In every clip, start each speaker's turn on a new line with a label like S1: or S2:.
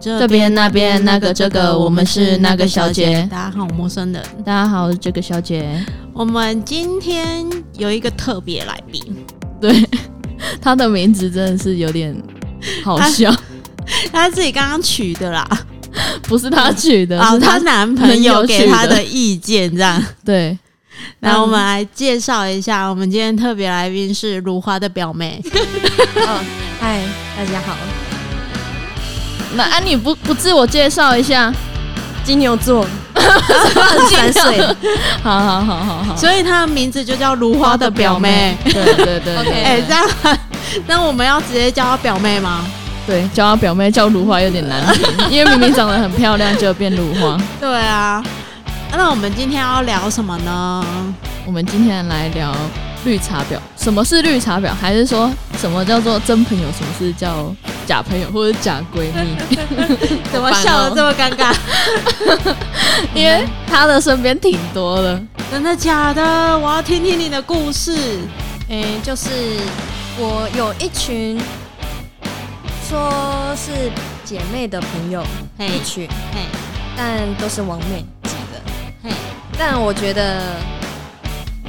S1: 这边那边那个这个，我们是那个小姐。
S2: 大家好，我陌生人。
S1: 大家好，我是这个小姐。
S2: 我们今天有一个特别来宾，
S1: 对，她的名字真的是有点好笑，
S2: 他自己刚刚取的啦，
S1: 不是她取的，
S2: 啊，
S1: 是
S2: 她男朋友给她
S1: 朋友
S2: 的意见这 样。
S1: 对，
S2: 然后我们来介绍一下，我们今天特别来宾是如花的表 妹。
S1: 哦
S3: 嗨，大家好，
S1: 那安妮不不自我介绍一下？
S3: 金牛座，二十三岁，
S1: 好好好好好，
S2: 所以她的名字就叫如花的表妹。
S1: 对对对对
S3: OK
S2: 哎、这样， 那我们要直接叫她表妹吗？
S1: 对，叫她表妹叫如花有点 难听，因为明明长得很漂亮，就变如花。
S2: 对啊。那我们今天要聊什么呢？
S1: 我们今天来聊绿茶婊，什么是绿茶婊？还是说什么叫做真朋友？什么是叫假朋友或者假闺 蜜？
S2: 怎么笑得这么尴尬？
S1: 因为她的身边挺多的，
S2: 真的假的？我要听听你的故事。
S3: 诶、哎就是我有一群说是姐妹的朋友，
S2: 嘿
S3: 一群，
S2: 嘿
S3: 但都是王美级的，
S2: 嘿，
S3: 但我觉得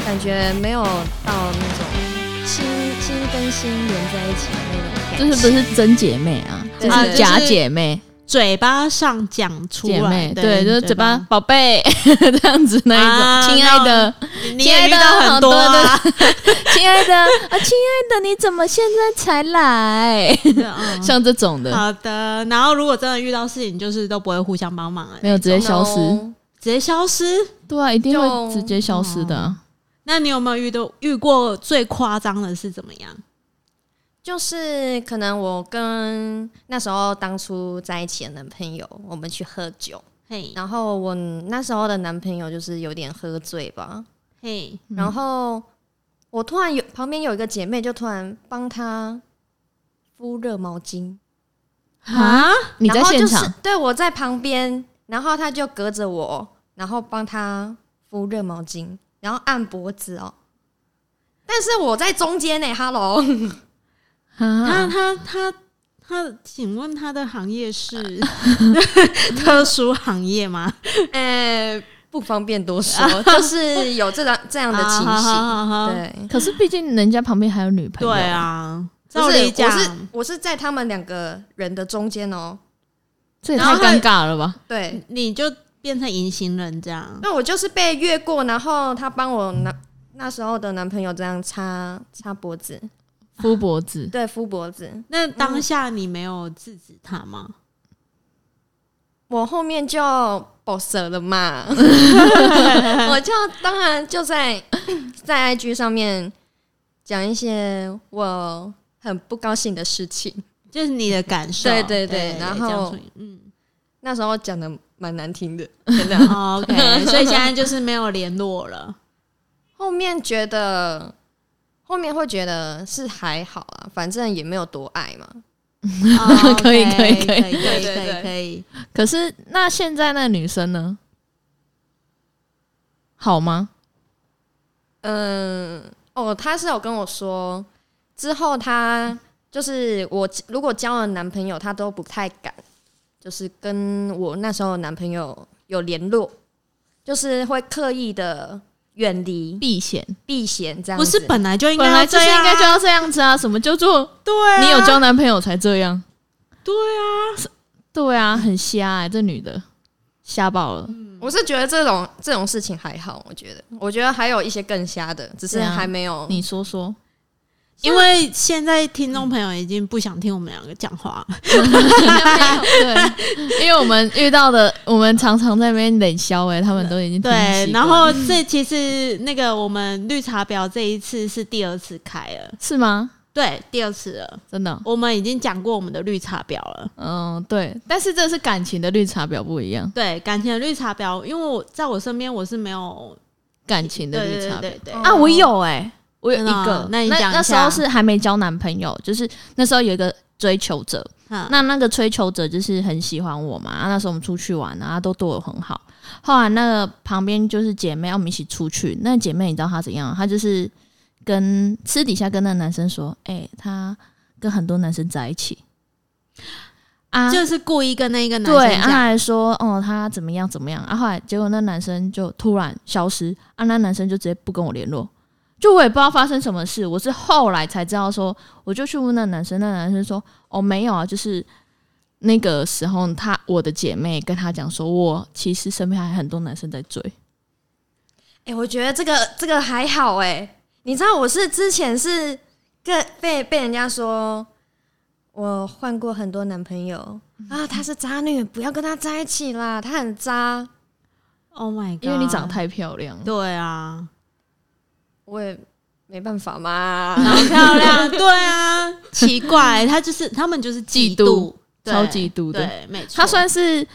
S3: 感觉没有到那种心心跟心连在一起的那种感
S1: 就
S3: 情，
S1: 是不是真姐妹啊，就
S3: 对
S1: 是假姐妹、
S2: 嘴巴上讲出
S1: 姐
S2: 来
S1: 妹，
S2: 的，
S1: 对，就是嘴巴宝贝 这样子那
S2: 啊
S1: 一种，亲爱的，
S2: 你也遇到很多啊。
S1: 亲爱的啊，亲爱的，你怎么现在才来？
S2: 嗯
S1: 像这种的，
S2: 好的，然后如果真的遇到事情，就是都不会互相帮忙了，
S1: 没有直接消失，
S3: No
S2: 直接消失。
S1: 对啊，一定会
S3: 就
S1: 直接消失的啊。
S2: 那你有没有遇到遇过最夸张的是怎么样？
S3: 就是可能我跟那时候当初在一起的男朋友，我们去喝酒，
S2: 嘿
S3: 然后我那时候的男朋友就是有点喝醉吧，
S2: 嘿，
S3: 然后我突然有旁边有一个姐妹就突然帮他敷热毛巾，
S2: 啊，
S1: 你在
S3: 然后
S1: 现
S3: 就是
S1: 场，
S3: 对我在旁边，然后他就隔着我，然后帮他敷热毛巾，然后按脖子哦。但是我在中间呢、哈喽，
S2: 他
S1: 啊，
S2: 他他他，请问他的行业 是 特殊行业吗？
S3: 呃，不方便多说，就是有这种这样的
S2: 啊
S3: 情
S2: 好
S3: 形，
S2: 好好好
S3: 对，
S1: 可是毕竟人家旁边还有女朋友，
S2: 对，啊，照
S3: 不
S2: 理
S3: 是，我
S2: 讲，
S3: 是我是在他们两个人的中间哦，
S1: 这也
S2: 然
S1: 太
S2: 后还
S1: 尴尬了吧？
S3: 对，
S2: 你就变成隐形人这样。
S3: 那我就是被越过，然后他帮我男那时候的男朋友这样擦擦脖子，
S1: 敷脖子，
S3: 对，敷脖子。
S2: 那当下你没有制止他吗？
S3: 我后面就保舍了嘛，我就当然就在 在 IG 上面讲一些我很不高兴的事情，
S2: 就是你的感受，
S3: 对对对然后
S2: 这样处理嗯
S3: 那时候讲的蛮难听的。
S2: 哦，OK，所以现 在就是没有联络 了。
S3: 后面觉得后面会觉得是还好啊，反正也没有多爱嘛，
S2: 哦
S1: 可以
S2: OK，
S1: 可以
S2: 可以
S1: 可以
S2: 可以
S3: 对
S2: 可
S3: 对
S2: 以
S3: 对
S2: 可以。
S1: 可是那现在那个女生呢？好吗？
S3: 嗯，哦，他是有跟我说，之后他就是我如果交了男朋友，他都不太敢，就是跟我那时候的男朋友有联络，就是会刻意的远离
S1: 避嫌，
S3: 避嫌这样
S2: 不
S3: 子。
S2: 是本来就应该
S1: 本来
S2: 要
S1: 就
S2: 这
S1: 是
S2: 样啊，
S1: 应该就要这样子啊！什么叫做
S2: 对啊，
S1: 你有交男朋友才这样？
S2: 对啊，
S1: 对啊，很瞎哎、这女的瞎爆了。
S2: 嗯
S3: 嗯我是觉得这种这种事情还好，我觉得，我觉得还有一些更瞎的，只是
S1: 对啊
S3: 还没有。
S1: 你说说，
S2: 因为现在听众朋友已经不想听我们两个讲话 了，
S1: 对，因为我们遇到的，我们常常在那边冷笑哎、他们都已经听
S2: 对
S1: 习。惯
S2: 然后
S1: 了
S2: 这其实那个我们绿茶婊这一次是第二次开了，
S1: 是吗？
S2: 对，第二次了。
S1: 真的哦，
S2: 我们已经讲过我们的绿茶婊了。
S1: 嗯，对，但是这是感情的绿茶婊不一样，
S2: 对感情的绿茶婊，因为我在我身边我是没有
S1: 感情的绿
S2: 对
S1: 茶婊
S2: 对对对
S3: 哦
S1: 啊，我有哎、我有一
S2: 真的哦
S1: 个，
S2: 那你讲一
S1: 那时
S2: 下
S1: 候是还没交男朋友，就是那时候有一个追求者，
S2: 嗯
S1: 那那个追求者就是很喜欢我嘛，啊那时候我们出去玩啊，都对我很好。后来那个旁边就是姐妹，我们一起出去，那姐妹你知道她怎样？她就是跟私底下跟那个男生说，哎、她跟很多男生在一起。啊，
S2: 就是故意跟那一个男
S1: 对，
S2: 生
S1: 啊、他
S2: 讲，
S1: 还说哦他怎么样怎么样，啊后来结果那男生就突然消失，啊那男生就直接不跟我联络，就我也不知道发生什么事，我是后来才知道说，我就去问那男生，那男生说哦没有啊，就是那个时候他我的姐妹跟他讲说，我其实身边还很多男生在追，
S3: 哎、我觉得这个这个还好哎、你知道我是之前是跟被被人家说我换过很多男朋友啊，她是渣女，不要跟她在一起啦，她很渣。
S2: Oh
S3: 嗯
S2: my god！
S1: 因为你长得太漂亮了，
S2: 对啊，
S3: 我也没办法嘛，
S2: 长得漂亮，对啊，奇怪，他就是他们就是
S1: 嫉
S2: 妒
S1: 妒，
S2: 对
S1: 超嫉妒的。
S2: 对，没错，
S1: 他算是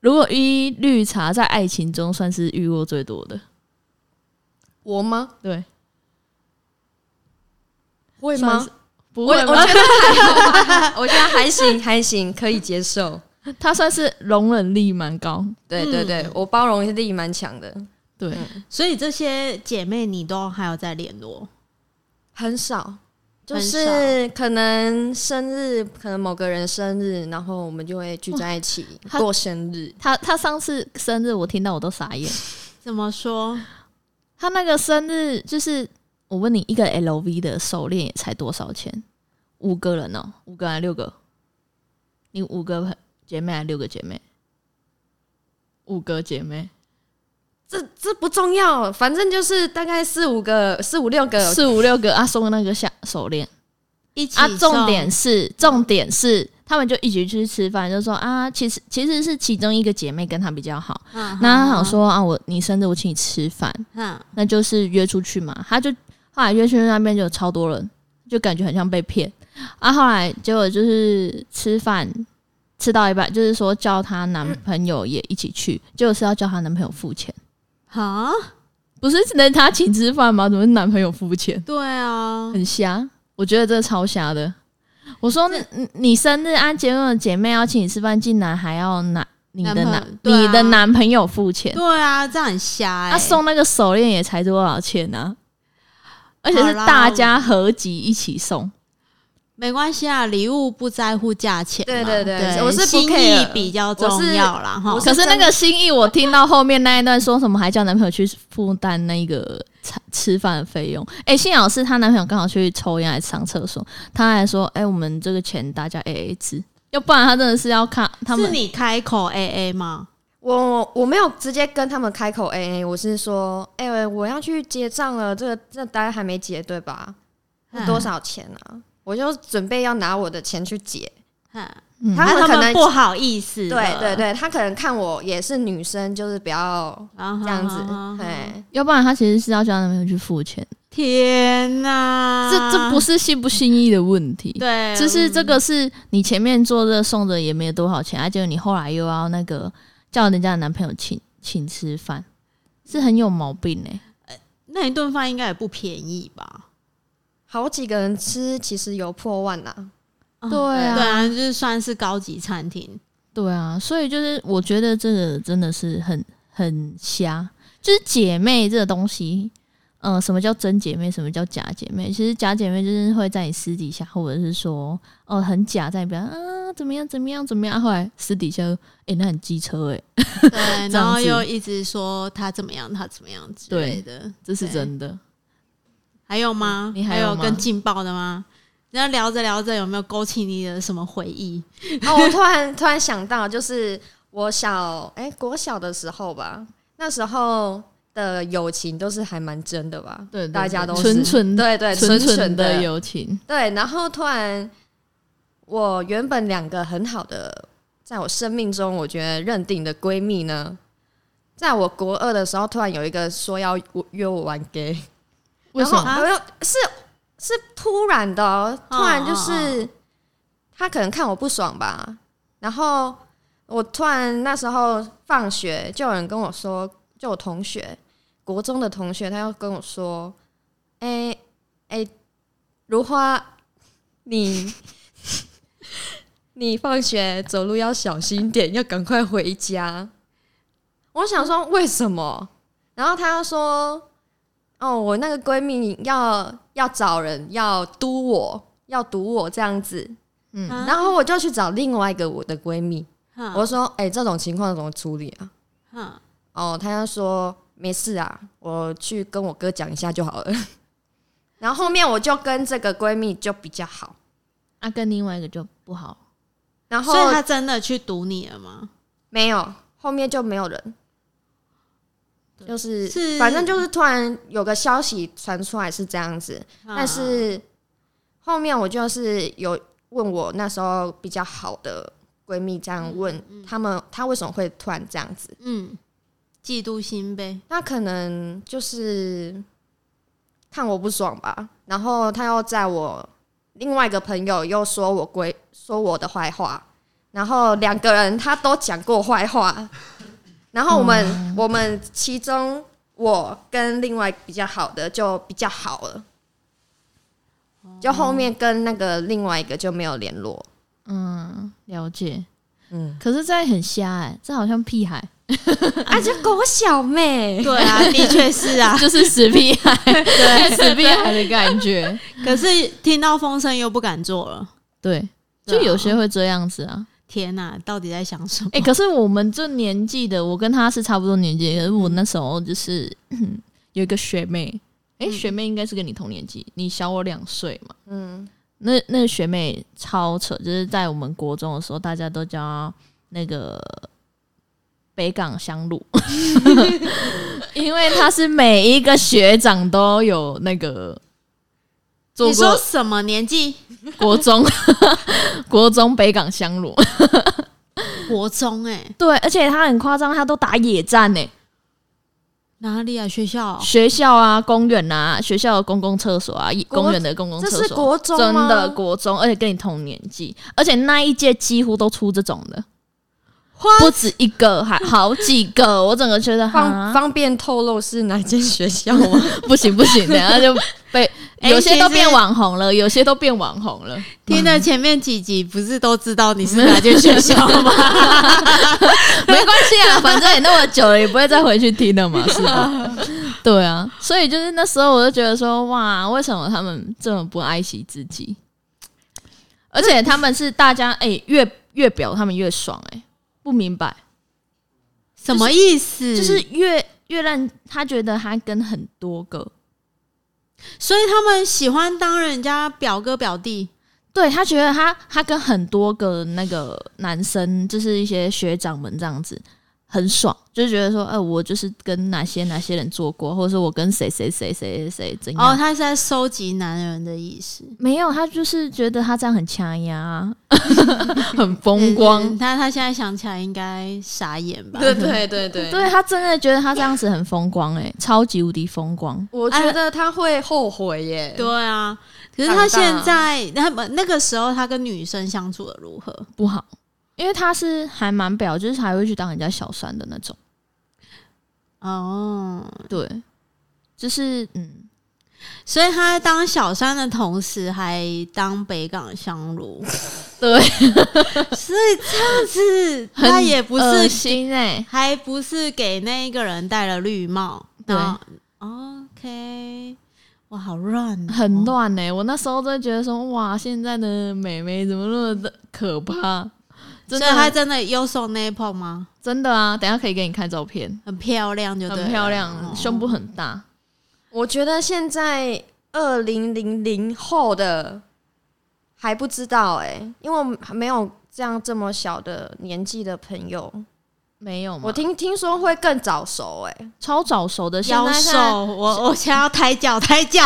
S1: 如果依绿茶在爱情中算是遇过最多的，
S3: 我吗？
S1: 对，
S3: 会
S1: 算
S3: 吗
S1: 是？不
S3: 我我
S1: 会
S3: 觉得
S1: 吗？
S3: 还好，我觉得还行还行，可以接受。
S1: 他算是容忍力蛮高，
S3: 对对对，我包容力蛮强的，
S1: 对，
S2: 所以这些姐妹你都还有在联络，
S3: 很少，就
S2: 很
S3: 是可能生日，可能某个人生日，然后我们就会聚在一起
S1: 他
S3: 过生日。
S1: 他他上次生日我听到我都傻眼，
S2: 怎么说？
S1: 他那个生日就是我问你，一个 LV 的手链也才多少钱？五个人哦、五个还是六个？你五个朋姐妹还是六个姐妹？五个姐妹，
S3: 这这不重要，反正就是大概四五个、四五六个。
S1: 四五六个啊，送那个下手链。
S2: 一起
S1: 啊，重
S2: 送
S1: 点是，重点是，他们就一起去吃饭，就说啊，其实其实是其中一个姐妹跟她比较
S3: 啊
S1: 好，
S2: 嗯
S1: 那她想，说啊，我你生日我请你吃饭，
S2: 嗯，
S1: 那就是约出去嘛，她就后来约出去那边就有超多人，就感觉很像被骗，啊，后来结果就是吃饭吃到一半，就是说叫她男朋友也一起去，结果是要叫她男朋友付钱，
S2: 好，
S1: 不是只能她请吃饭吗？怎么是男朋友付钱？
S2: 对啊，
S1: 很瞎，我觉得这超瞎的。我说你你生日啊，结婚的姐妹要请你吃饭，竟然还要拿你的
S2: 男朋
S1: 男
S2: 对啊
S1: 你的男朋友付钱，
S2: 对啊，这样很瞎哎、
S1: 他、送那个手链也才多少钱啊？而且
S2: 好
S1: 是
S2: 啦
S1: 大家合集一起送，
S2: 没关系啊，礼物不在乎价钱嘛，
S3: 对对对我是不
S2: 心意
S3: care
S2: 比较
S3: 我
S2: 重
S3: 是
S2: 要啦哈
S3: 我。
S1: 可是那
S3: 真的
S1: 个心意，我听到后面那一段说什么还叫男朋友去负担那个吃吃饭的费用。哎、幸好是她男朋友刚好去抽烟还是上厕所，她还说：“哎、我们这个钱大家 A A 制，要不然她真的是要看他们
S2: 是你开口 A A 吗？
S3: 我我没有直接跟他们开口 A A，我是说，哎、我要去结账了，这个这大家还没结对吧？
S2: 嗯
S3: 多少钱啊？我就准备要拿我的钱去结。
S2: 嗯
S1: 嗯
S3: 他们
S2: 那他
S3: 可能
S2: 们不好意思了，
S3: 对对对，他可能看我也是女生，就是不要
S2: 嗯哼，
S3: 这样子
S2: 嗯。哼
S3: 哎，
S1: 要不然他其实是要叫男朋友去付钱，
S2: 天哪，
S1: 这这不是信不信义的问题，
S2: 对，
S1: 就是这个是你前面做这送的也没多少钱，而且你后来又要那个叫人家的男朋友请请吃饭，是很有毛病哎、
S2: 那一顿饭应该也不便宜吧？
S3: 好几个人吃，其实有破万啊呐、
S1: 对啊
S2: 对啊，就是算是高级餐厅。
S1: 对啊，所以就是我觉得这个真的是很很瞎，就是姐妹这个东西。呃，什么叫真姐妹？什么叫假姐妹？其实假姐妹就是会在你私底下，或者是说，哦、很假，在你边啊，怎么样，怎么样，怎么样？后来私底下，哎、那很机车哎、
S2: 对，然后
S1: 这样子
S2: 又一直说他怎么样，他怎么样之类的。
S1: 这是
S2: 对
S1: 真的。
S2: 还有吗？
S1: 你还
S2: 还有
S1: 有吗
S2: 更劲爆的吗？然后聊着聊着，有没有勾起你的什么回忆？
S3: 哦，我突然突然想到，就是我小哎、国小的时候吧，那时候的友情都是还蛮真的吧，
S1: 对对
S3: 大家
S1: 对
S3: 都是
S1: 纯纯
S3: 对对
S1: 纯
S3: 纯
S1: 纯
S3: 的
S1: 的友情，
S3: 对，然后突然，我原本两个很好的，在我生命中我觉得认定的闺蜜呢，在我国二的时候，突然有一个说要我约我玩 gay，
S1: 为什么？
S3: 然后我又是是突然的、哦，突然就是、
S1: 哦
S3: 他可能看我不爽吧，然后我突然那时候放学就有人跟我说，就有同学，国中的同学，他又跟我说，哎、哎、如花，你 你放学走路要小心点，要赶快回家。我想说为什么？然后他又说。哦，我那个闺蜜要要找人要督我，要堵我这样子，
S1: 嗯
S2: 啊嗯
S3: 然后我就去找另外一个我的闺蜜，
S2: 哈
S3: 我说：“哎、这种情况怎么处理啊
S2: 哈，？”
S3: 哦，她就说：“没事啊，我去跟我哥讲一下就好了。” 然后后面我就跟这个闺蜜就比较好，
S1: 那、啊跟另外一个就不好。
S3: 然后
S2: 所以他真的去堵你了吗？
S3: 没有，后面就没有人，就是
S2: 是
S3: 反正就是突然有个消息传出来是这样子，
S2: 哈
S3: 但是后面我就是有问我那时候比较好的闺蜜这样问他们，她为什么会突然这样子？
S2: 嗯，嫉妒心呗，
S3: 那可能就是看我不爽吧，然后她又在我另外一个朋友又说我闺说我的坏话，然后两个人她都讲过坏话，然后我们、我们其中我跟另外比较好的就比较好了。就后面跟那个另外一个就没有联络，
S1: 嗯，了解。
S3: 嗯，
S1: 可是这很瞎哎、这好像屁孩，
S3: 啊，就狗小妹，
S2: 对 啊，的确是啊。
S1: 就是死屁孩， 对，死屁孩的感觉。
S2: 可是听到风声又不敢做了，
S1: 对，
S2: 对
S1: 就
S2: 啊
S1: 有些会这样子啊。
S2: 天哪、到底在想什么？
S1: 哎、可是我们这年纪的，我跟他是差不多年纪，可是我那时候就是嗯有一个学妹，哎、学妹应该是跟你同年纪，你小我两岁嘛。
S3: 嗯，
S1: 那那个学妹超扯，就是在我们国中的时候，大家都叫她那个北港香露， 因为她是每一个学长都有那个做
S2: 你说
S1: 过
S2: 什么年纪？
S1: 国中 国中北港香露，
S2: 国中哎、
S1: 对，而且她很夸张，她都打野战欸呢、
S2: 哪里啊？学校哦、
S1: 学校啊、公园啊、学校的公共厕所啊、
S3: 国
S1: 公园的公共
S3: 这
S1: 厕
S3: 是
S1: 所，
S3: 国中
S1: 真
S3: 吗
S1: 的国中，而且跟你同年纪，而且那一届几乎都出这种的，
S2: What？
S1: 不止一个，还好几个，我整个觉得
S3: 方
S1: 哈，
S3: 方便透露是哪间学校 吗？
S1: 不行不行，等下就 被
S2: 哎
S1: 有些
S2: 其
S1: 都
S2: 实
S1: 变网红了，有些都变网红了，
S2: 听了前面几集，不是都知道你是哪间学校 吗？
S1: 没关系啊，反正也那么久了，也不会再回去听了嘛，是吧？对啊，所以就是那时候我就觉得说，哇，为什么他们这么不爱惜自己？而且他们是大家哎、越越表他们越爽哎、不明白，
S2: 什么意思？
S1: 就是越越让他觉得他跟很多个，
S2: 所以他们喜欢当人家表哥表弟，
S1: 对他觉得他他跟很多个那个男生，就是一些学长们这样子很爽，就是觉得说，呃，我就是跟哪些哪些人做过，或者说我跟谁谁谁谁谁谁怎样。
S2: 哦，他是在收集男人的意思，
S1: 没有，他就是觉得他这样很掐牙 啊，很风光。
S2: 嗯他他现在想起来应该傻眼吧？
S3: 对对对
S1: 对他真的觉得他这样子很风光、欸，超级无敌风光。
S3: 我觉得他会后悔 耶。
S2: 对啊，可是他现在他们那个时候他跟女生相处的如何？
S1: 不好，因为他是还蛮表，就是还会去当人家小三的那种。
S2: 哦，
S1: 对，就是嗯，
S2: 所以他当小三的同时还当北港香炉，
S1: 对，
S2: 所以这样子
S1: 很
S2: 他也不
S1: 恶
S2: 是
S1: 心哎、
S2: 还不是给那一个人戴了绿帽，
S1: 对
S2: 然后，OK，哇，好乱哦、
S1: 很乱呢、我那时候真的觉得说，哇，现在的美眉怎么那么的可怕？真
S2: 所以
S1: 的，啊
S2: 他真的有送 nipple 吗？
S1: 真的啊！等一下可以给你看照片，
S2: 很漂亮就对了，
S1: 很漂亮，胸部很大。
S3: 我觉得现在二零零零后的还不知道哎，因为我没有这样这么小的年纪的朋友，
S1: 没有吗？
S3: 我听听说会更早熟哎。
S1: 超早熟的，现
S2: 腰
S1: 在
S2: 瘦，我我想要抬 脚抬脚，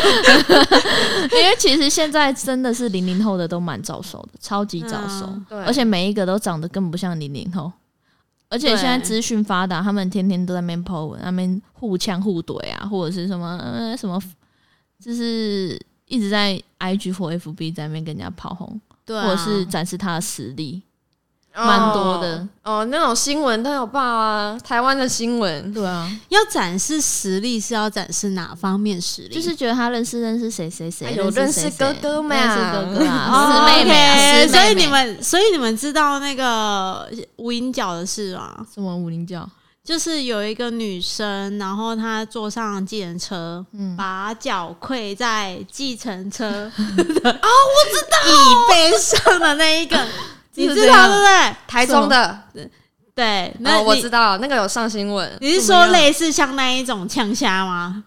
S1: 看因为其实现在真的是零零后的都蛮早熟的，超级早熟，
S2: 嗯
S3: 对
S1: 而且每一个都长得更不像零零后。而且
S2: 对
S1: 现在资讯发达，他们天天都在那边 po 文，那边互呛互怼啊，或者是什么、呃、什么，就是一直在 IG 或 FB 在那边跟人家炮轰，
S2: 对、
S1: 或者是展示他的实力，蛮多的。
S3: 哦哦，那种新闻都有报啊，台湾的新闻。
S1: 对啊，
S2: 要展示实力是要展示哪方面实力？
S1: 就是觉得他认识认识谁谁谁，
S3: 哎有
S1: 谁
S3: 认识哥哥嘛
S1: 认识哥哥啊，
S2: 哦
S1: 师妹妹啊，
S2: OK，
S1: 师
S2: 所以你
S1: 妹妹
S2: 们所以你们知道那个无影脚的事吗？
S1: 什么武林教？
S2: 就是有一个女生，然后她坐上计程车，
S1: 嗯
S2: 把脚跪在计程 车的哦，我知道椅背上的那一 个，你
S1: 是
S2: 知
S1: 怎
S2: 道
S1: 样
S2: 对不对？
S3: 台中的，
S2: 对，那
S3: 哦，我
S2: 你
S3: 知道那个有上新闻，
S2: 你是
S1: 怎么
S2: 说
S1: 样
S2: 类似像那一种呛虾吗？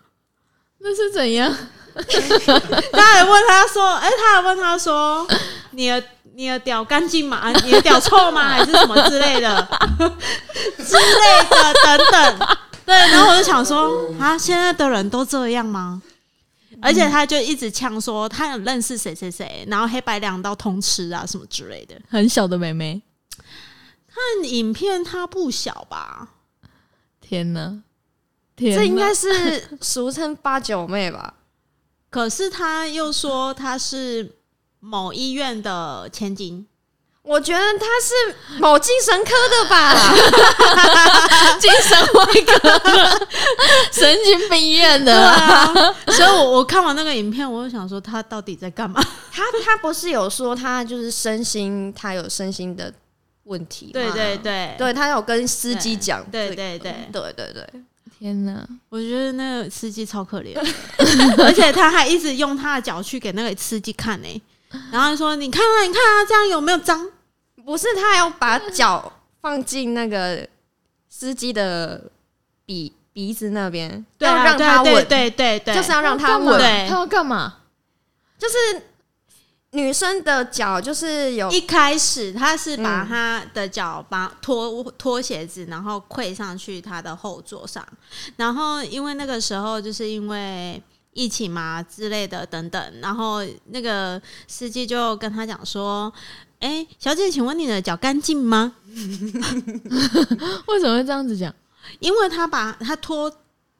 S1: 那是怎样？
S2: 他还问他说，哎、他还问他说， 你的你的屌干净吗？啊你的屌臭吗？还是什么之类的 之类的等等。对，然后我就想说，啊，现在的人都这样吗？而且他就一直呛说，他有认识谁谁谁，然后黑白两道通吃啊什么之类的。
S1: 很小的妹妹，
S2: 但影片他不小吧？
S1: 天哪，天哪，
S3: 这应该是俗称八九妹吧？
S2: 可是他又说他是某医院的千金，
S3: 我觉得她是某精神科的吧？
S1: 精神外科、神经病院
S2: 对
S1: 的，
S2: 啊，所以我我看完那个影片，我就想说他到底在干嘛？
S3: 她她不是有说她就是身心，她有身心的问题吗？
S2: 对对对
S3: 对，她有跟司机讲
S2: 对
S3: 这个，
S2: 对对，
S3: 对对对，
S1: 天哪！
S2: 我觉得那个司机超可怜 的，而且他还一直用他的脚去给那个司机看呢、然后说你看啊，你看啊，这样有没有脏？
S3: 不是她要把脚放进那个司机的鼻鼻子那边，
S2: 对
S3: 要
S2: 啊，
S3: 让
S2: 对
S3: 他
S2: 啊对
S3: 稳，
S2: 对对对，
S3: 就是要让
S1: 他
S3: 他
S1: 干嘛
S3: 稳，
S2: 对
S1: 他要干嘛？
S3: 就是女生的脚就是有
S2: 一开始他是把他的脚把脱脱鞋子，然后跪上去他的后座上，然后因为那个时候就是因为疫情嘛之类的等等，然后那个司机就跟他讲说：“哎、小姐，请问你的脚干净吗
S1: 为什么会这样子讲？？”
S2: 因为他把他脱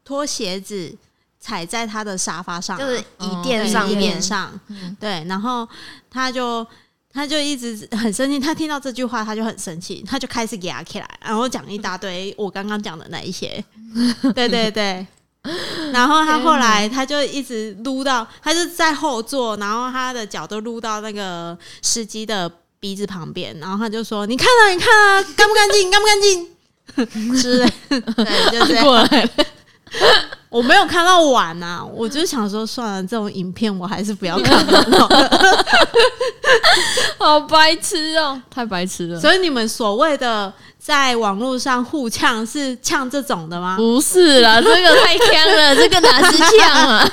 S2: 脱鞋子踩在他的沙发上啊、
S3: 就是椅
S1: 对
S3: 垫上
S2: 对
S3: 面嗯
S2: 面，上，对，然后他就他就一直很生气，他听到这句话他就很生气，他就开始牙起来，然后讲一大堆我刚刚讲的那一 些，对对对。然后他后来他就一直撸到，他就在后座，然后他的脚都撸到那个司机的鼻子旁边，然后他就说：“你看啊，你看啊，干不干净？干不干净？” 之类，对，就这样。
S1: 过来，
S2: 我没有看到碗啊，我就想说算了，这种影片我还是不要看了。
S1: 好白痴哦、太白痴了。
S2: 所以你们所谓的在网络上互呛是呛这种的吗？
S1: 不是 啦，这个太呛 了，这个哪是呛啊？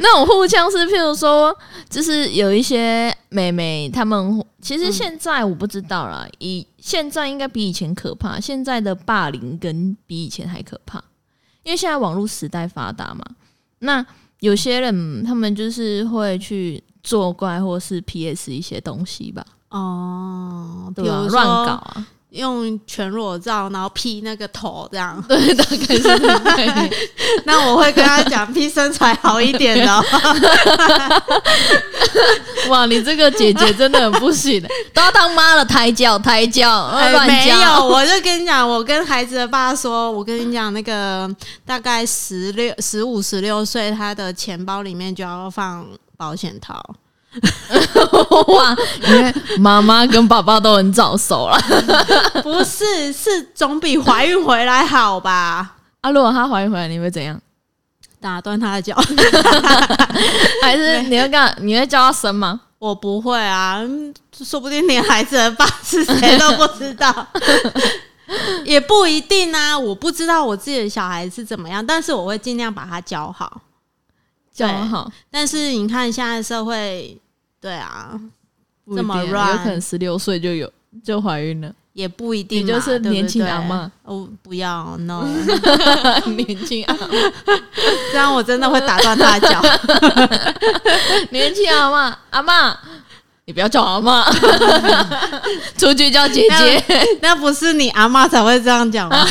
S1: 那种互呛是，譬如说，就是有一些妹妹，她们其实现在我不知道啦，以现在应该比以前可怕，现在的霸凌跟比以前还可怕，因为现在网络时代发达嘛。那有些人他们就是会去作怪，或是 PS 一些东西吧，
S2: 哦，比
S1: 对吧？
S2: 如
S1: 乱搞
S2: 说
S1: 啊，。
S2: 用全裸照，然后 P 那个头这样
S1: 对，大概是这个概念。
S2: 那我会跟他讲 P 身材好一点的哦，
S1: 哇，你这个姐姐真的很不行，欸 都要当妈了，胎教胎教，
S2: 哎
S1: 乱
S2: 没
S1: 教。
S2: 有，我就跟你讲，我跟孩子的爸说，我跟你讲，那个大概十六、十五、十六岁，他的钱包里面就要放保险套。
S1: 哇，因为妈妈跟爸爸都很早熟了。
S2: 不是，是总比怀孕回来好吧？
S1: 啊，如果她怀孕回来，你会怎样？
S2: 打断他的脚，
S1: 还是你会干？你会叫她生吗？
S2: 我不会啊，嗯说不定连孩子的爸是谁都不知道， 也不一定啊。我不知道我自己的小孩是怎么样，但是我会尽量把他教好。
S1: 叫好，
S2: 但是你看现在社会，对啊，
S1: 不一
S2: 这么
S1: 定啊
S2: 乱
S1: 有可能十六岁就有就怀孕了，
S2: 也不一定嘛，
S1: 你就是
S2: 对不
S1: 年轻
S2: 对
S1: 阿嬷
S2: 哦，不要 no，
S1: 年轻啊，
S2: 这样我真的会打断他的脚。
S1: 年轻啊阿妈阿妈，你不要叫阿妈， 出去叫姐姐。
S2: 那不是你阿妈才会这样讲
S1: 啊
S2: 吗？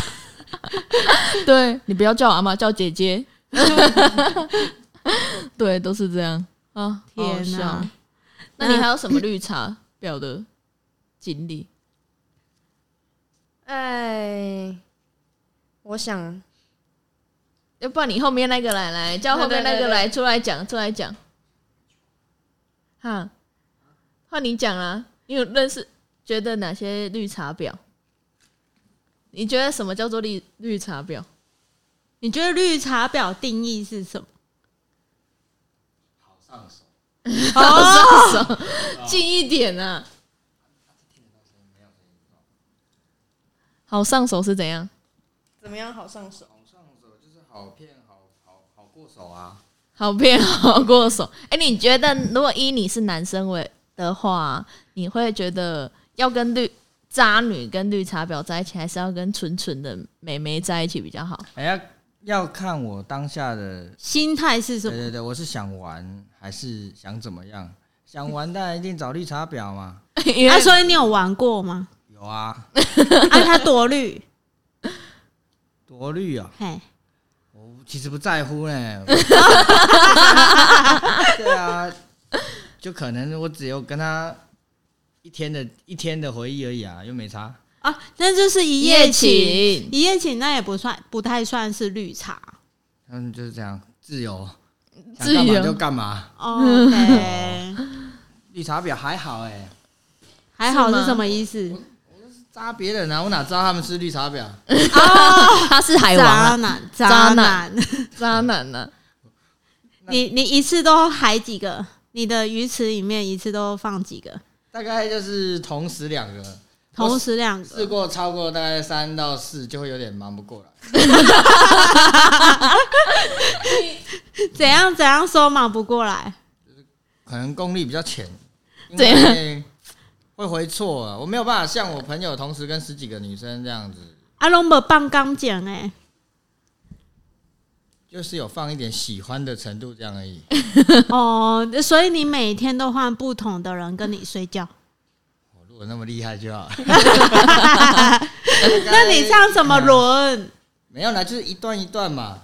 S1: 对你不要叫阿妈，叫姐姐。 对，都是这样啊！好好
S2: 天
S1: 笑
S2: 哪！
S1: 那你还有什么绿茶婊的经历？
S3: 哎，我想
S1: 要不然你后面那个来来，叫后面那个来出来 讲，出来讲。哈，换你讲啦。你有认识觉得哪些绿茶婊？你觉得什么叫做绿绿茶婊？
S2: 你觉得绿茶婊定义是什么？
S4: 好上手，
S2: 哦
S1: 好上手，近一点啊！好上手是怎样？
S3: 怎么样好上手？
S4: 好上手就是好骗，好好好过手啊。
S1: 好骗好过手。哎、你觉得如果依你是男生为的话，你会觉得要跟绿渣女跟绿茶婊在一起，还是要跟纯纯的美眉在一起比较好？
S4: 哎呀，要看我当下的
S2: 心态是什
S4: 对
S2: 么？
S4: 对对，我是想玩还是想怎么样？想玩当然一定找绿茶婊嘛。
S1: 因
S2: 啊，
S1: 为
S2: 所以你有玩过 吗？
S4: 有啊，
S2: 啊，它多绿，
S4: 多绿啊，
S2: 嘿，
S4: 我其实不在乎 呢。对啊，就可能我只有跟他一天的一天的回忆而已啊，又没差。
S2: 啊，那就是一
S1: 一
S2: 夜
S1: 夜
S2: 情，
S1: 情，
S2: 一夜情那也不算，不太算是绿茶。
S4: 他们就是这样，自由，想
S1: 自
S4: 干嘛
S1: 由
S4: 就干嘛。
S2: 哦 OK，
S4: 绿茶婊还好哎、
S2: 还好是什么意思？
S4: 扎别人啊，我哪知道他们是绿茶婊？
S1: 他是海王、
S2: 渣
S1: 啊、
S2: 男，
S1: 渣
S2: 男，
S1: 渣男啊呢、
S2: 你你一次都海几个？你的鱼池里面一次都放几个？
S4: 大概就是同时两个，
S2: 同时两
S4: 试
S2: 个，
S4: 过超过大概三到四，就会有点忙不过来。
S2: 怎样怎样收忙不过来？
S4: 可能功力比较浅，因
S1: 怎样
S4: 为会回错啊。我没有办法像我朋友同时跟十几个女生这样子，
S2: 阿龙伯棒钢剪哎，
S4: 就是有放一点喜欢的程度这 样而已。
S2: 哦，所以你每天都换不同的人跟你睡觉，
S4: 我如果那么厉害就好。
S2: 那你这样怎么轮？
S4: 没有啦，就是一段一段嘛。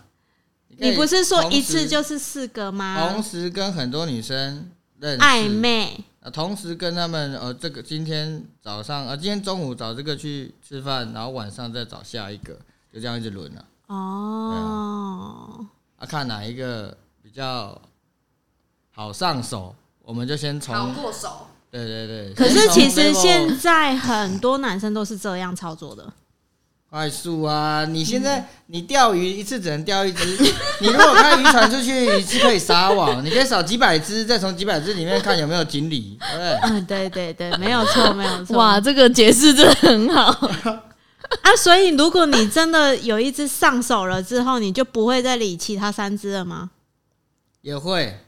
S4: 可以
S2: 你不是说一
S4: 同
S2: 次
S4: 时
S2: 就是四个
S4: 同
S2: 吗？
S4: 时跟很多女生认识
S2: 暧昧
S4: 啊，同时跟他们呃，这个今天早上呃，今天中午找这个去吃饭，然后晚上再找下一个，就这样一直轮啊。
S2: 哦，
S4: 啊，看哪一个比较好上手，我们就先
S3: 好
S4: 从
S3: 过手，
S4: 对对对。
S2: 可是
S4: 先从
S2: 其实
S4: level
S2: 现在很多男生都是这样操作的。
S4: 快速啊，你现在你钓鱼一次只能钓一只， 你如果开渔船出去一次可以撒网，你可以撒几百只，再从几百只里面看有没有锦鲤，对不对？
S2: 嗯，对对对，没有错，没 有错。
S1: 哇，这个解释真的很好。
S2: 啊，所以如果你真的有一只上手了之后，你就不会再理其他三只了吗？
S4: 也会。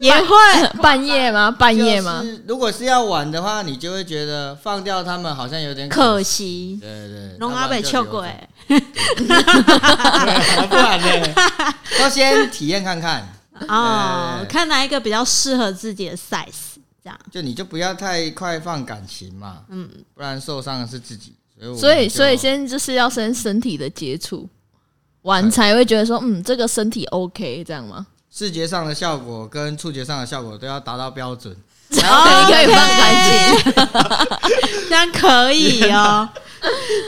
S2: 也会，
S1: 半夜吗？半夜吗
S4: 就？是如果是要玩的话，你就会觉得放掉他们好像有点
S2: 可
S4: 惜。
S2: 惜
S4: 对对对，
S2: 龙阿北
S4: 翘
S2: 笑过 哎，
S4: 不然呢？都先体验看看，
S2: 哦
S4: 对对，对
S2: 看哪一个比较适合自己的 size，这样
S4: 就你就不要太快放感情嘛，
S2: 嗯，
S4: 不然受伤的是自己。所以我们
S1: 所以，
S4: 就
S1: 所以先就是要先身体的接触，玩才会觉得说，嗯，这个身体 OK 这样吗？
S4: 视觉上的效果跟触觉上的效果都要达到标准。
S1: 然后才可以放感情。
S2: 这样可以哦。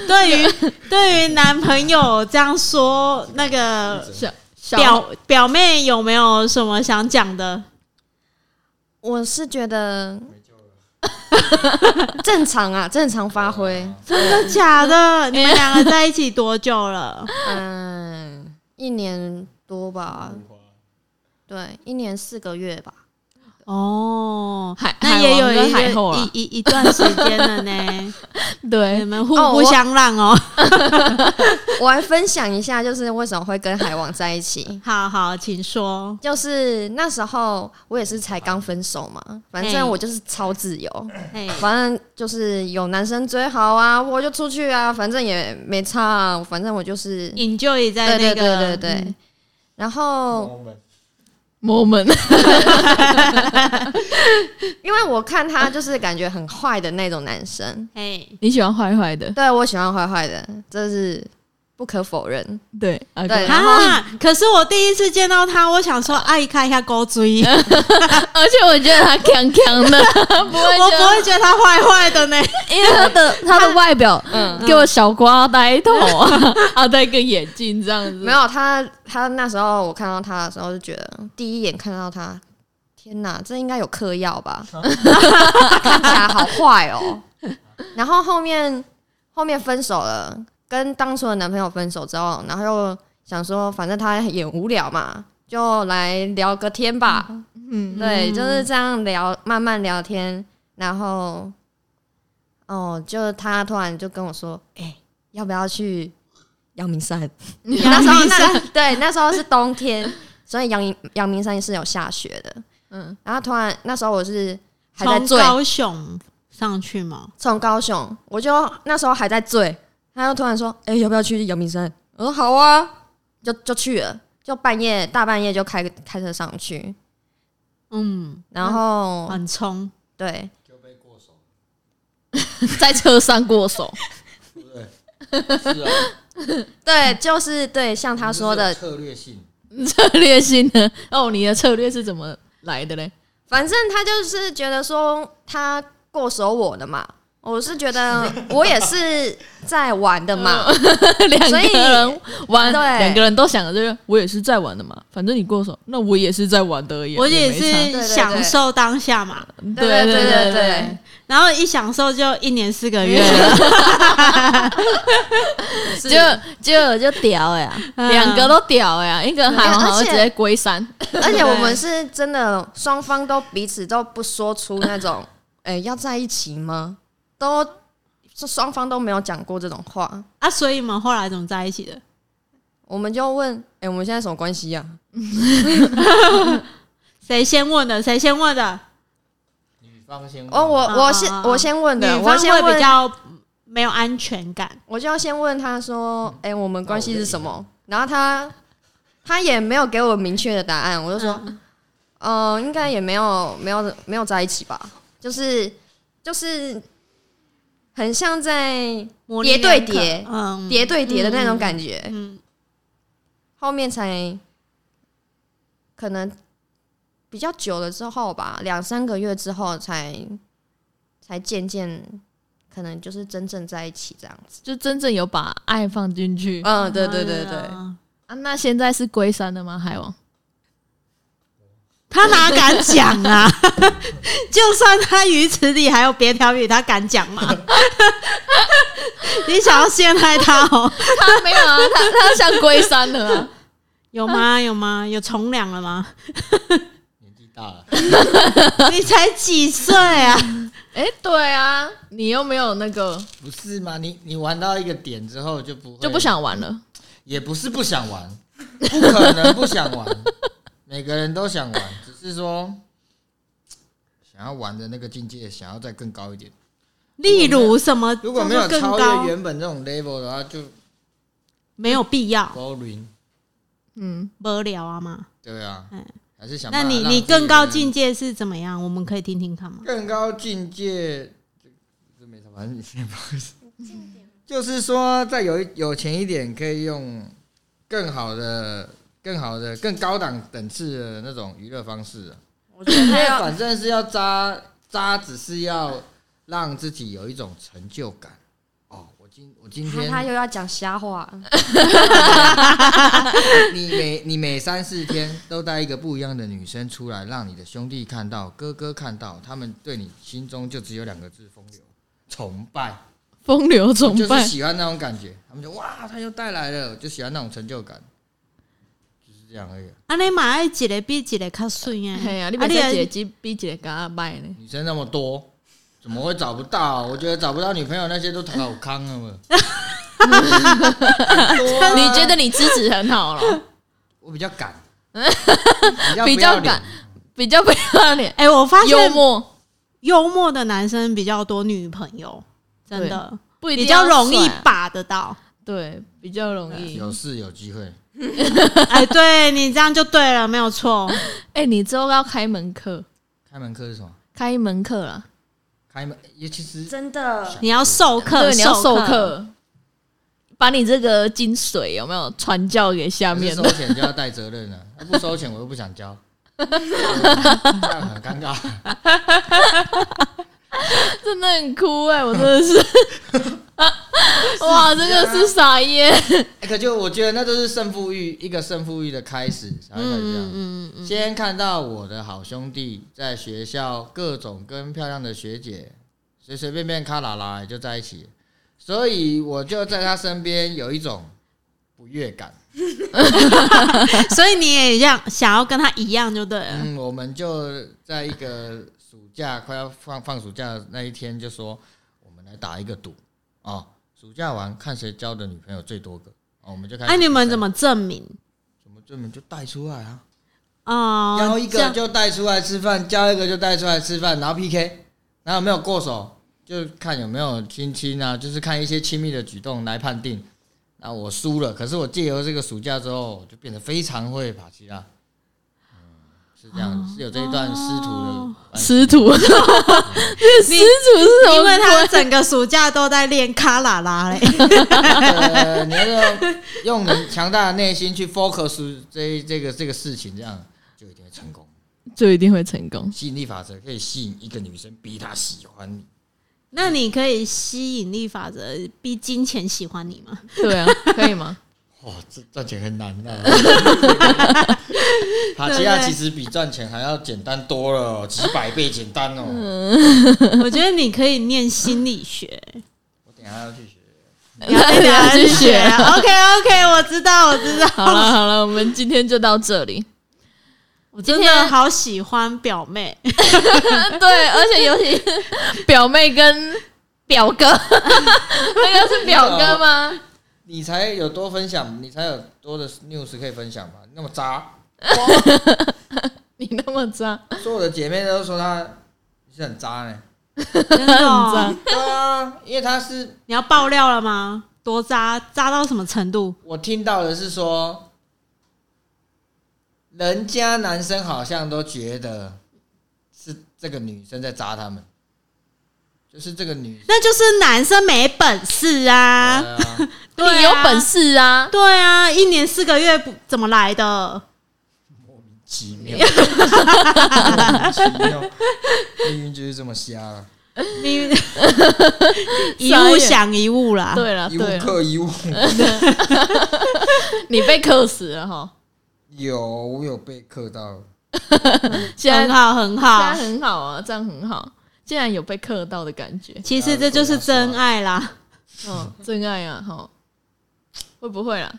S2: 对于对于男朋友这样说，那个
S1: 小小
S2: 表表妹有没有什么想讲的？
S3: 我是觉得 正常啊，正常发挥。
S2: 真的假 的？你们两个在一起多久了？
S3: 嗯，一年多吧，对，一年四个月吧。
S2: 哦，
S1: 海
S2: 那也有
S1: 海王
S2: 一
S1: 跟海后
S2: 个
S1: 啊，哎
S2: 一一一段时间了呢，你
S1: 对，
S2: 们互
S3: 哦
S2: 不
S3: 我
S2: 相让哦。
S3: 我来分享一下，就是为什么会跟海王在一起。
S2: 好好，请说。
S3: 就是那时候我也是才刚分手嘛，反正我就是超自由，
S2: 嘿，
S3: 反正就是有男生追好啊，我就出去啊，反正也没差啊，反正我就是
S2: ，enjoy 在
S3: 对
S2: 那
S3: 对对
S2: 个
S3: 对对。然后，
S1: 我们
S3: 因为我看他就是感觉很坏的那种男生，
S2: 嘿，
S1: 你喜欢坏坏的，
S3: 对我喜欢坏坏的，这是不可否认。
S1: 对阿
S3: 对
S1: 公
S3: 然后
S2: 啊！可是我第一次见到他，我想说，哎，看一下勾追，我
S1: 而且我觉得他强强的，不会
S2: 不
S1: 觉得，
S2: 会觉得他坏坏的呢。
S1: 因为他的 他的嗯外表，给我小瓜呆 头啊，他戴个眼镜这样子，
S3: 没有他，他那时候我看到他的时候就觉得，第一眼看到他，天哪，这应该有嗑药吧？看起来好坏哦。然后后面后面分手了，跟当初的男朋友分手之后，然后又想说，反正他也无聊嘛，就来聊个天吧。
S2: 嗯，
S3: 对，就是这样聊，慢慢聊天，然后，哦，就他突然就跟我说，哎、要不要去阳明山？ 那时候那对那时候是冬天，所以阳明阳明山是有下雪的。
S1: 嗯，
S3: 然后突然那时候我是还在
S2: 从
S3: 醉，
S2: 高雄上去吗？
S3: 从高雄，我就那时候还在醉，他就突然说：“哎、要不要去阳明山？”我说：“好啊。就”就去了，就半夜大半夜就开开车上去，
S2: 嗯，
S3: 然后、
S2: 很冲，
S3: 对，
S4: 就被过手，
S1: 在车上过手，
S4: 对不对？是啊，
S3: 对，就是对，像他说的，
S4: 策略性，
S1: 策略性的哦，你的策略是怎么来的嘞？
S3: 反正他就是觉得说他过手我的嘛，我是觉得我也是在玩的嘛，
S1: 两
S3: 所
S1: 个
S3: 以
S1: 人玩，
S3: 对
S1: 两个人都想着就是我也是在玩的嘛，反正你过手，那我也是在玩的而已啊，
S2: 我
S1: 也
S2: 也
S1: 没差
S3: 对
S2: 是享受当下嘛，
S1: 对
S3: 对
S1: 对
S3: 对
S1: 对，
S2: 然后一享受就一年四 个月了，
S1: 对就就就屌呀，
S2: 嗯
S1: 两个都屌呀，一个人喊完
S3: 对而
S1: 好像
S3: 且
S1: 直接归山，
S3: 而且我们是真的双方都彼此都不说出那种， 哎、要在一起吗？都是双方都没有讲过这种话，
S2: 啊，所以你们后来怎么在一起的？
S3: 我们就问，哎、我们现在什么关系啊呀、
S2: 谁先问的？谁先问的？
S4: 女方先问
S3: 哦，我
S2: 啊
S3: 我先
S2: 啊啊
S3: 我先问
S2: 女
S3: 的，我
S2: 方
S3: 先
S2: 会比
S3: 问，
S2: 较没有安全感，
S3: 我就要先问他说，哎、我们关系是什
S4: 那我
S3: 么？然后他他也没有给我明确的答案，我就说，嗯、应该也没有没有没有在一起吧，就是就是很像在
S2: 模棱
S3: 叠对
S2: 两可
S3: 叠
S2: 嗯，
S3: 叠对叠的那种感觉。
S2: 嗯，
S3: 后面才可能比较久了之后吧，两三个月之后才才渐渐可能就是真正在一起这样子。
S1: 就真正有把爱放进去
S3: 嗯，对对对对，
S2: 嗯
S1: 啊。那现在是归山了吗？海王，
S2: 他哪敢讲 啊？就算他鱼池里还有别条鱼，他敢讲 吗？你想要陷害他哦？
S1: 他没有 啊，他他想归山了 啊，
S2: 有吗？有吗？有从良了吗？
S4: 年纪大了，
S2: 你才几岁啊？
S1: 哎，对啊，你又没有那个，
S4: 不是吗？你你玩到一个点之后就不会
S1: 就不，想玩了。
S4: 也不是不想玩，不可能不想玩， 每个人都想玩，只是说想要玩的那个境界，想要再更高一点。
S2: 例如什么？
S4: 如果没有
S2: 更
S4: 超
S2: 高
S4: 越，原本这种 level 的话，就
S2: 没有必要，
S4: boring。
S1: 嗯，
S2: 无聊啊嘛。
S4: 对啊，还是想
S2: 那
S4: 办法
S2: 你
S4: 让
S2: 你
S4: 自己
S2: 更高
S4: 的
S2: 境界是怎么样？我们可以听听看 吗？
S4: 更高境界，这这没什么，反正你先不好意思。就是说，再有一有钱一点，可以用更好的、更好的、更高档等次的那种娱乐方式啊、
S3: 我觉得
S4: 因为
S3: 要
S4: 反正是要扎扎，只是要让自己有一种成就感。哦，我今我今
S3: 他他
S4: 天
S3: 又要讲瞎话，
S4: 你每你每三四天都带一个不一样的女生出来，让你的兄弟看到、哥哥看到，他们对你心中就只有两个字：风流、崇拜。
S1: 风流崇
S4: 就
S1: 拜
S4: 是，喜欢那种感觉。他们就哇，他又带来了，就喜欢那种成就感，就是这样而已。
S2: 啊，你马爱一个比一个较水耶
S1: 嘿呀，
S2: 啊！
S1: 你别再姐
S2: 你
S1: 姐比姐给他拜呢。
S4: 女生那么多，怎么会找不到？我觉得找不到女朋友那些都 好康了嘛。很多啊
S1: 你觉得你资质很好了，
S4: 我比较敢，
S1: 比
S4: 比
S1: 较
S4: 较
S1: 敢比较不要脸，
S2: 哎，我发现
S1: 幽默
S2: 幽默的男生比较多女朋友，真的
S1: 不一定
S2: 比较容
S1: 要
S2: 易
S1: 帅啊，
S2: 把得到。
S1: 对，比较容易。
S4: 有事有机会。
S2: 哎，对你这样就对了，没有 错。
S1: 哎，你之后要开门课，
S4: 开门课是什么？
S1: 开一门课啦，
S4: 开门，也其实
S3: 真的
S2: 你要授课，
S1: 对，你要授
S2: 课，
S1: 课，把你这个精髓有没有传教给下
S4: 可是
S1: 面
S4: 收
S1: 的？
S4: 钱就要带责任 了，不收钱我又不想教，这样很尴尬。
S1: 真的很酷哎，我真的 是，哇，这个是傻耶，
S4: 欸可就我觉得那都是胜负欲，一个胜负欲的开始，才会这样。
S2: 嗯嗯嗯，
S4: 先看到我的好兄弟在学校各种跟漂亮的学姐随随便便咔啦啦就在一起，所以我就在他身边有一种不悦感。
S2: 啊嗯 所以你也一样想要跟他一样就对了。
S4: 嗯，我们就在一个暑假快要放放暑假的那一天，就说我们来打一个赌啊、哦暑假完看谁交的女朋友最多个哦，我们就开
S2: 哎、
S4: 始。
S2: 你们怎么证明？
S4: 怎么证明就带出来啊？
S2: 哦、
S4: 交一
S2: 这
S4: 个
S2: 样
S4: 就带出来吃饭，交一个就带出来吃饭，然后 PK，然后有没有过手，就看有没有亲亲啊，就是看一些亲密的举动来判定。那我输了，可是我借由这个暑假之后，我就变得非常会把戏啦。嗯，是这样，是有这一段师徒的关系。
S1: 师徒，这个师徒是什么？
S2: 因为他整个暑假都在练卡拉拉嘞，
S4: 呃，你要用用你强大的内心去 focus 这这个这个事情，这样就一定会成功。
S1: 就一定会成功。
S4: 吸引力法则可以吸引一个女生，逼她喜欢你。
S2: 那你可以吸引力法则逼金钱喜欢你吗？
S1: 对啊，可以吗？
S4: 哇，哦这赚钱很难啊！塔吉亚其实比赚钱还要简单多了哦，几百倍简单哦。
S2: 我觉得你可以念心理学，
S4: 我等一下要去学。
S2: 你要
S1: 啊你要去
S2: 去
S1: 学
S2: 学。OK 啊 OK，我知道，我知道。
S1: 好了好了，我们今天就到这里。
S2: 我真的好喜欢表妹，
S1: 对，而且尤其是 表妹跟表哥， 那个是表哥吗？
S4: 你才有多分享，你才有多的 news 可以分享嘛？那么渣，
S1: 你那么渣，
S4: 所有的姐妹都说她是很渣呢。
S2: 真的
S1: 很
S2: 哦、
S1: 渣。
S4: 对啊，因为她是
S2: 你要爆料了吗？多渣渣到什么程度？
S4: 我听到的是说，人家男生好像都觉得是这个女生在渣他们，就是这个女生。
S2: 那就是男生没本事啊！
S4: 对啊
S2: 对啊
S1: 呃你有本事啊！
S2: 对啊，一年四个月不怎么来的？
S4: 奇妙，莫名其妙，命运就是这么瞎啊了，
S2: 你一物降一物啦。
S1: 对了
S4: 一物
S1: 啊对了，
S4: 克一物。
S1: 你被克死了哈！
S4: 有，我有被克到，
S1: 现在
S2: 很好很
S1: 现
S2: 好
S1: 在。很好啊，这样很好，竟然有被克到的感觉。
S2: 其实
S1: 呃
S2: 这就是真爱啦。
S1: 哦，真爱啊，哈，会不会啦？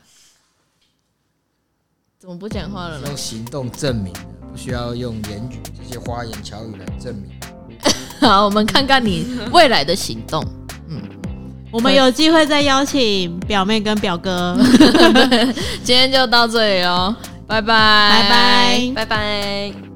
S1: 怎么不讲话了呢？
S4: 用行动证明的，不需要用言语这些花言巧语来证明。
S1: 好，我们看看你未来的行动。嗯，
S2: 我们有机会再邀请表妹跟表哥。
S1: 今天就到这里哦，拜拜，
S2: 拜拜
S3: 拜拜。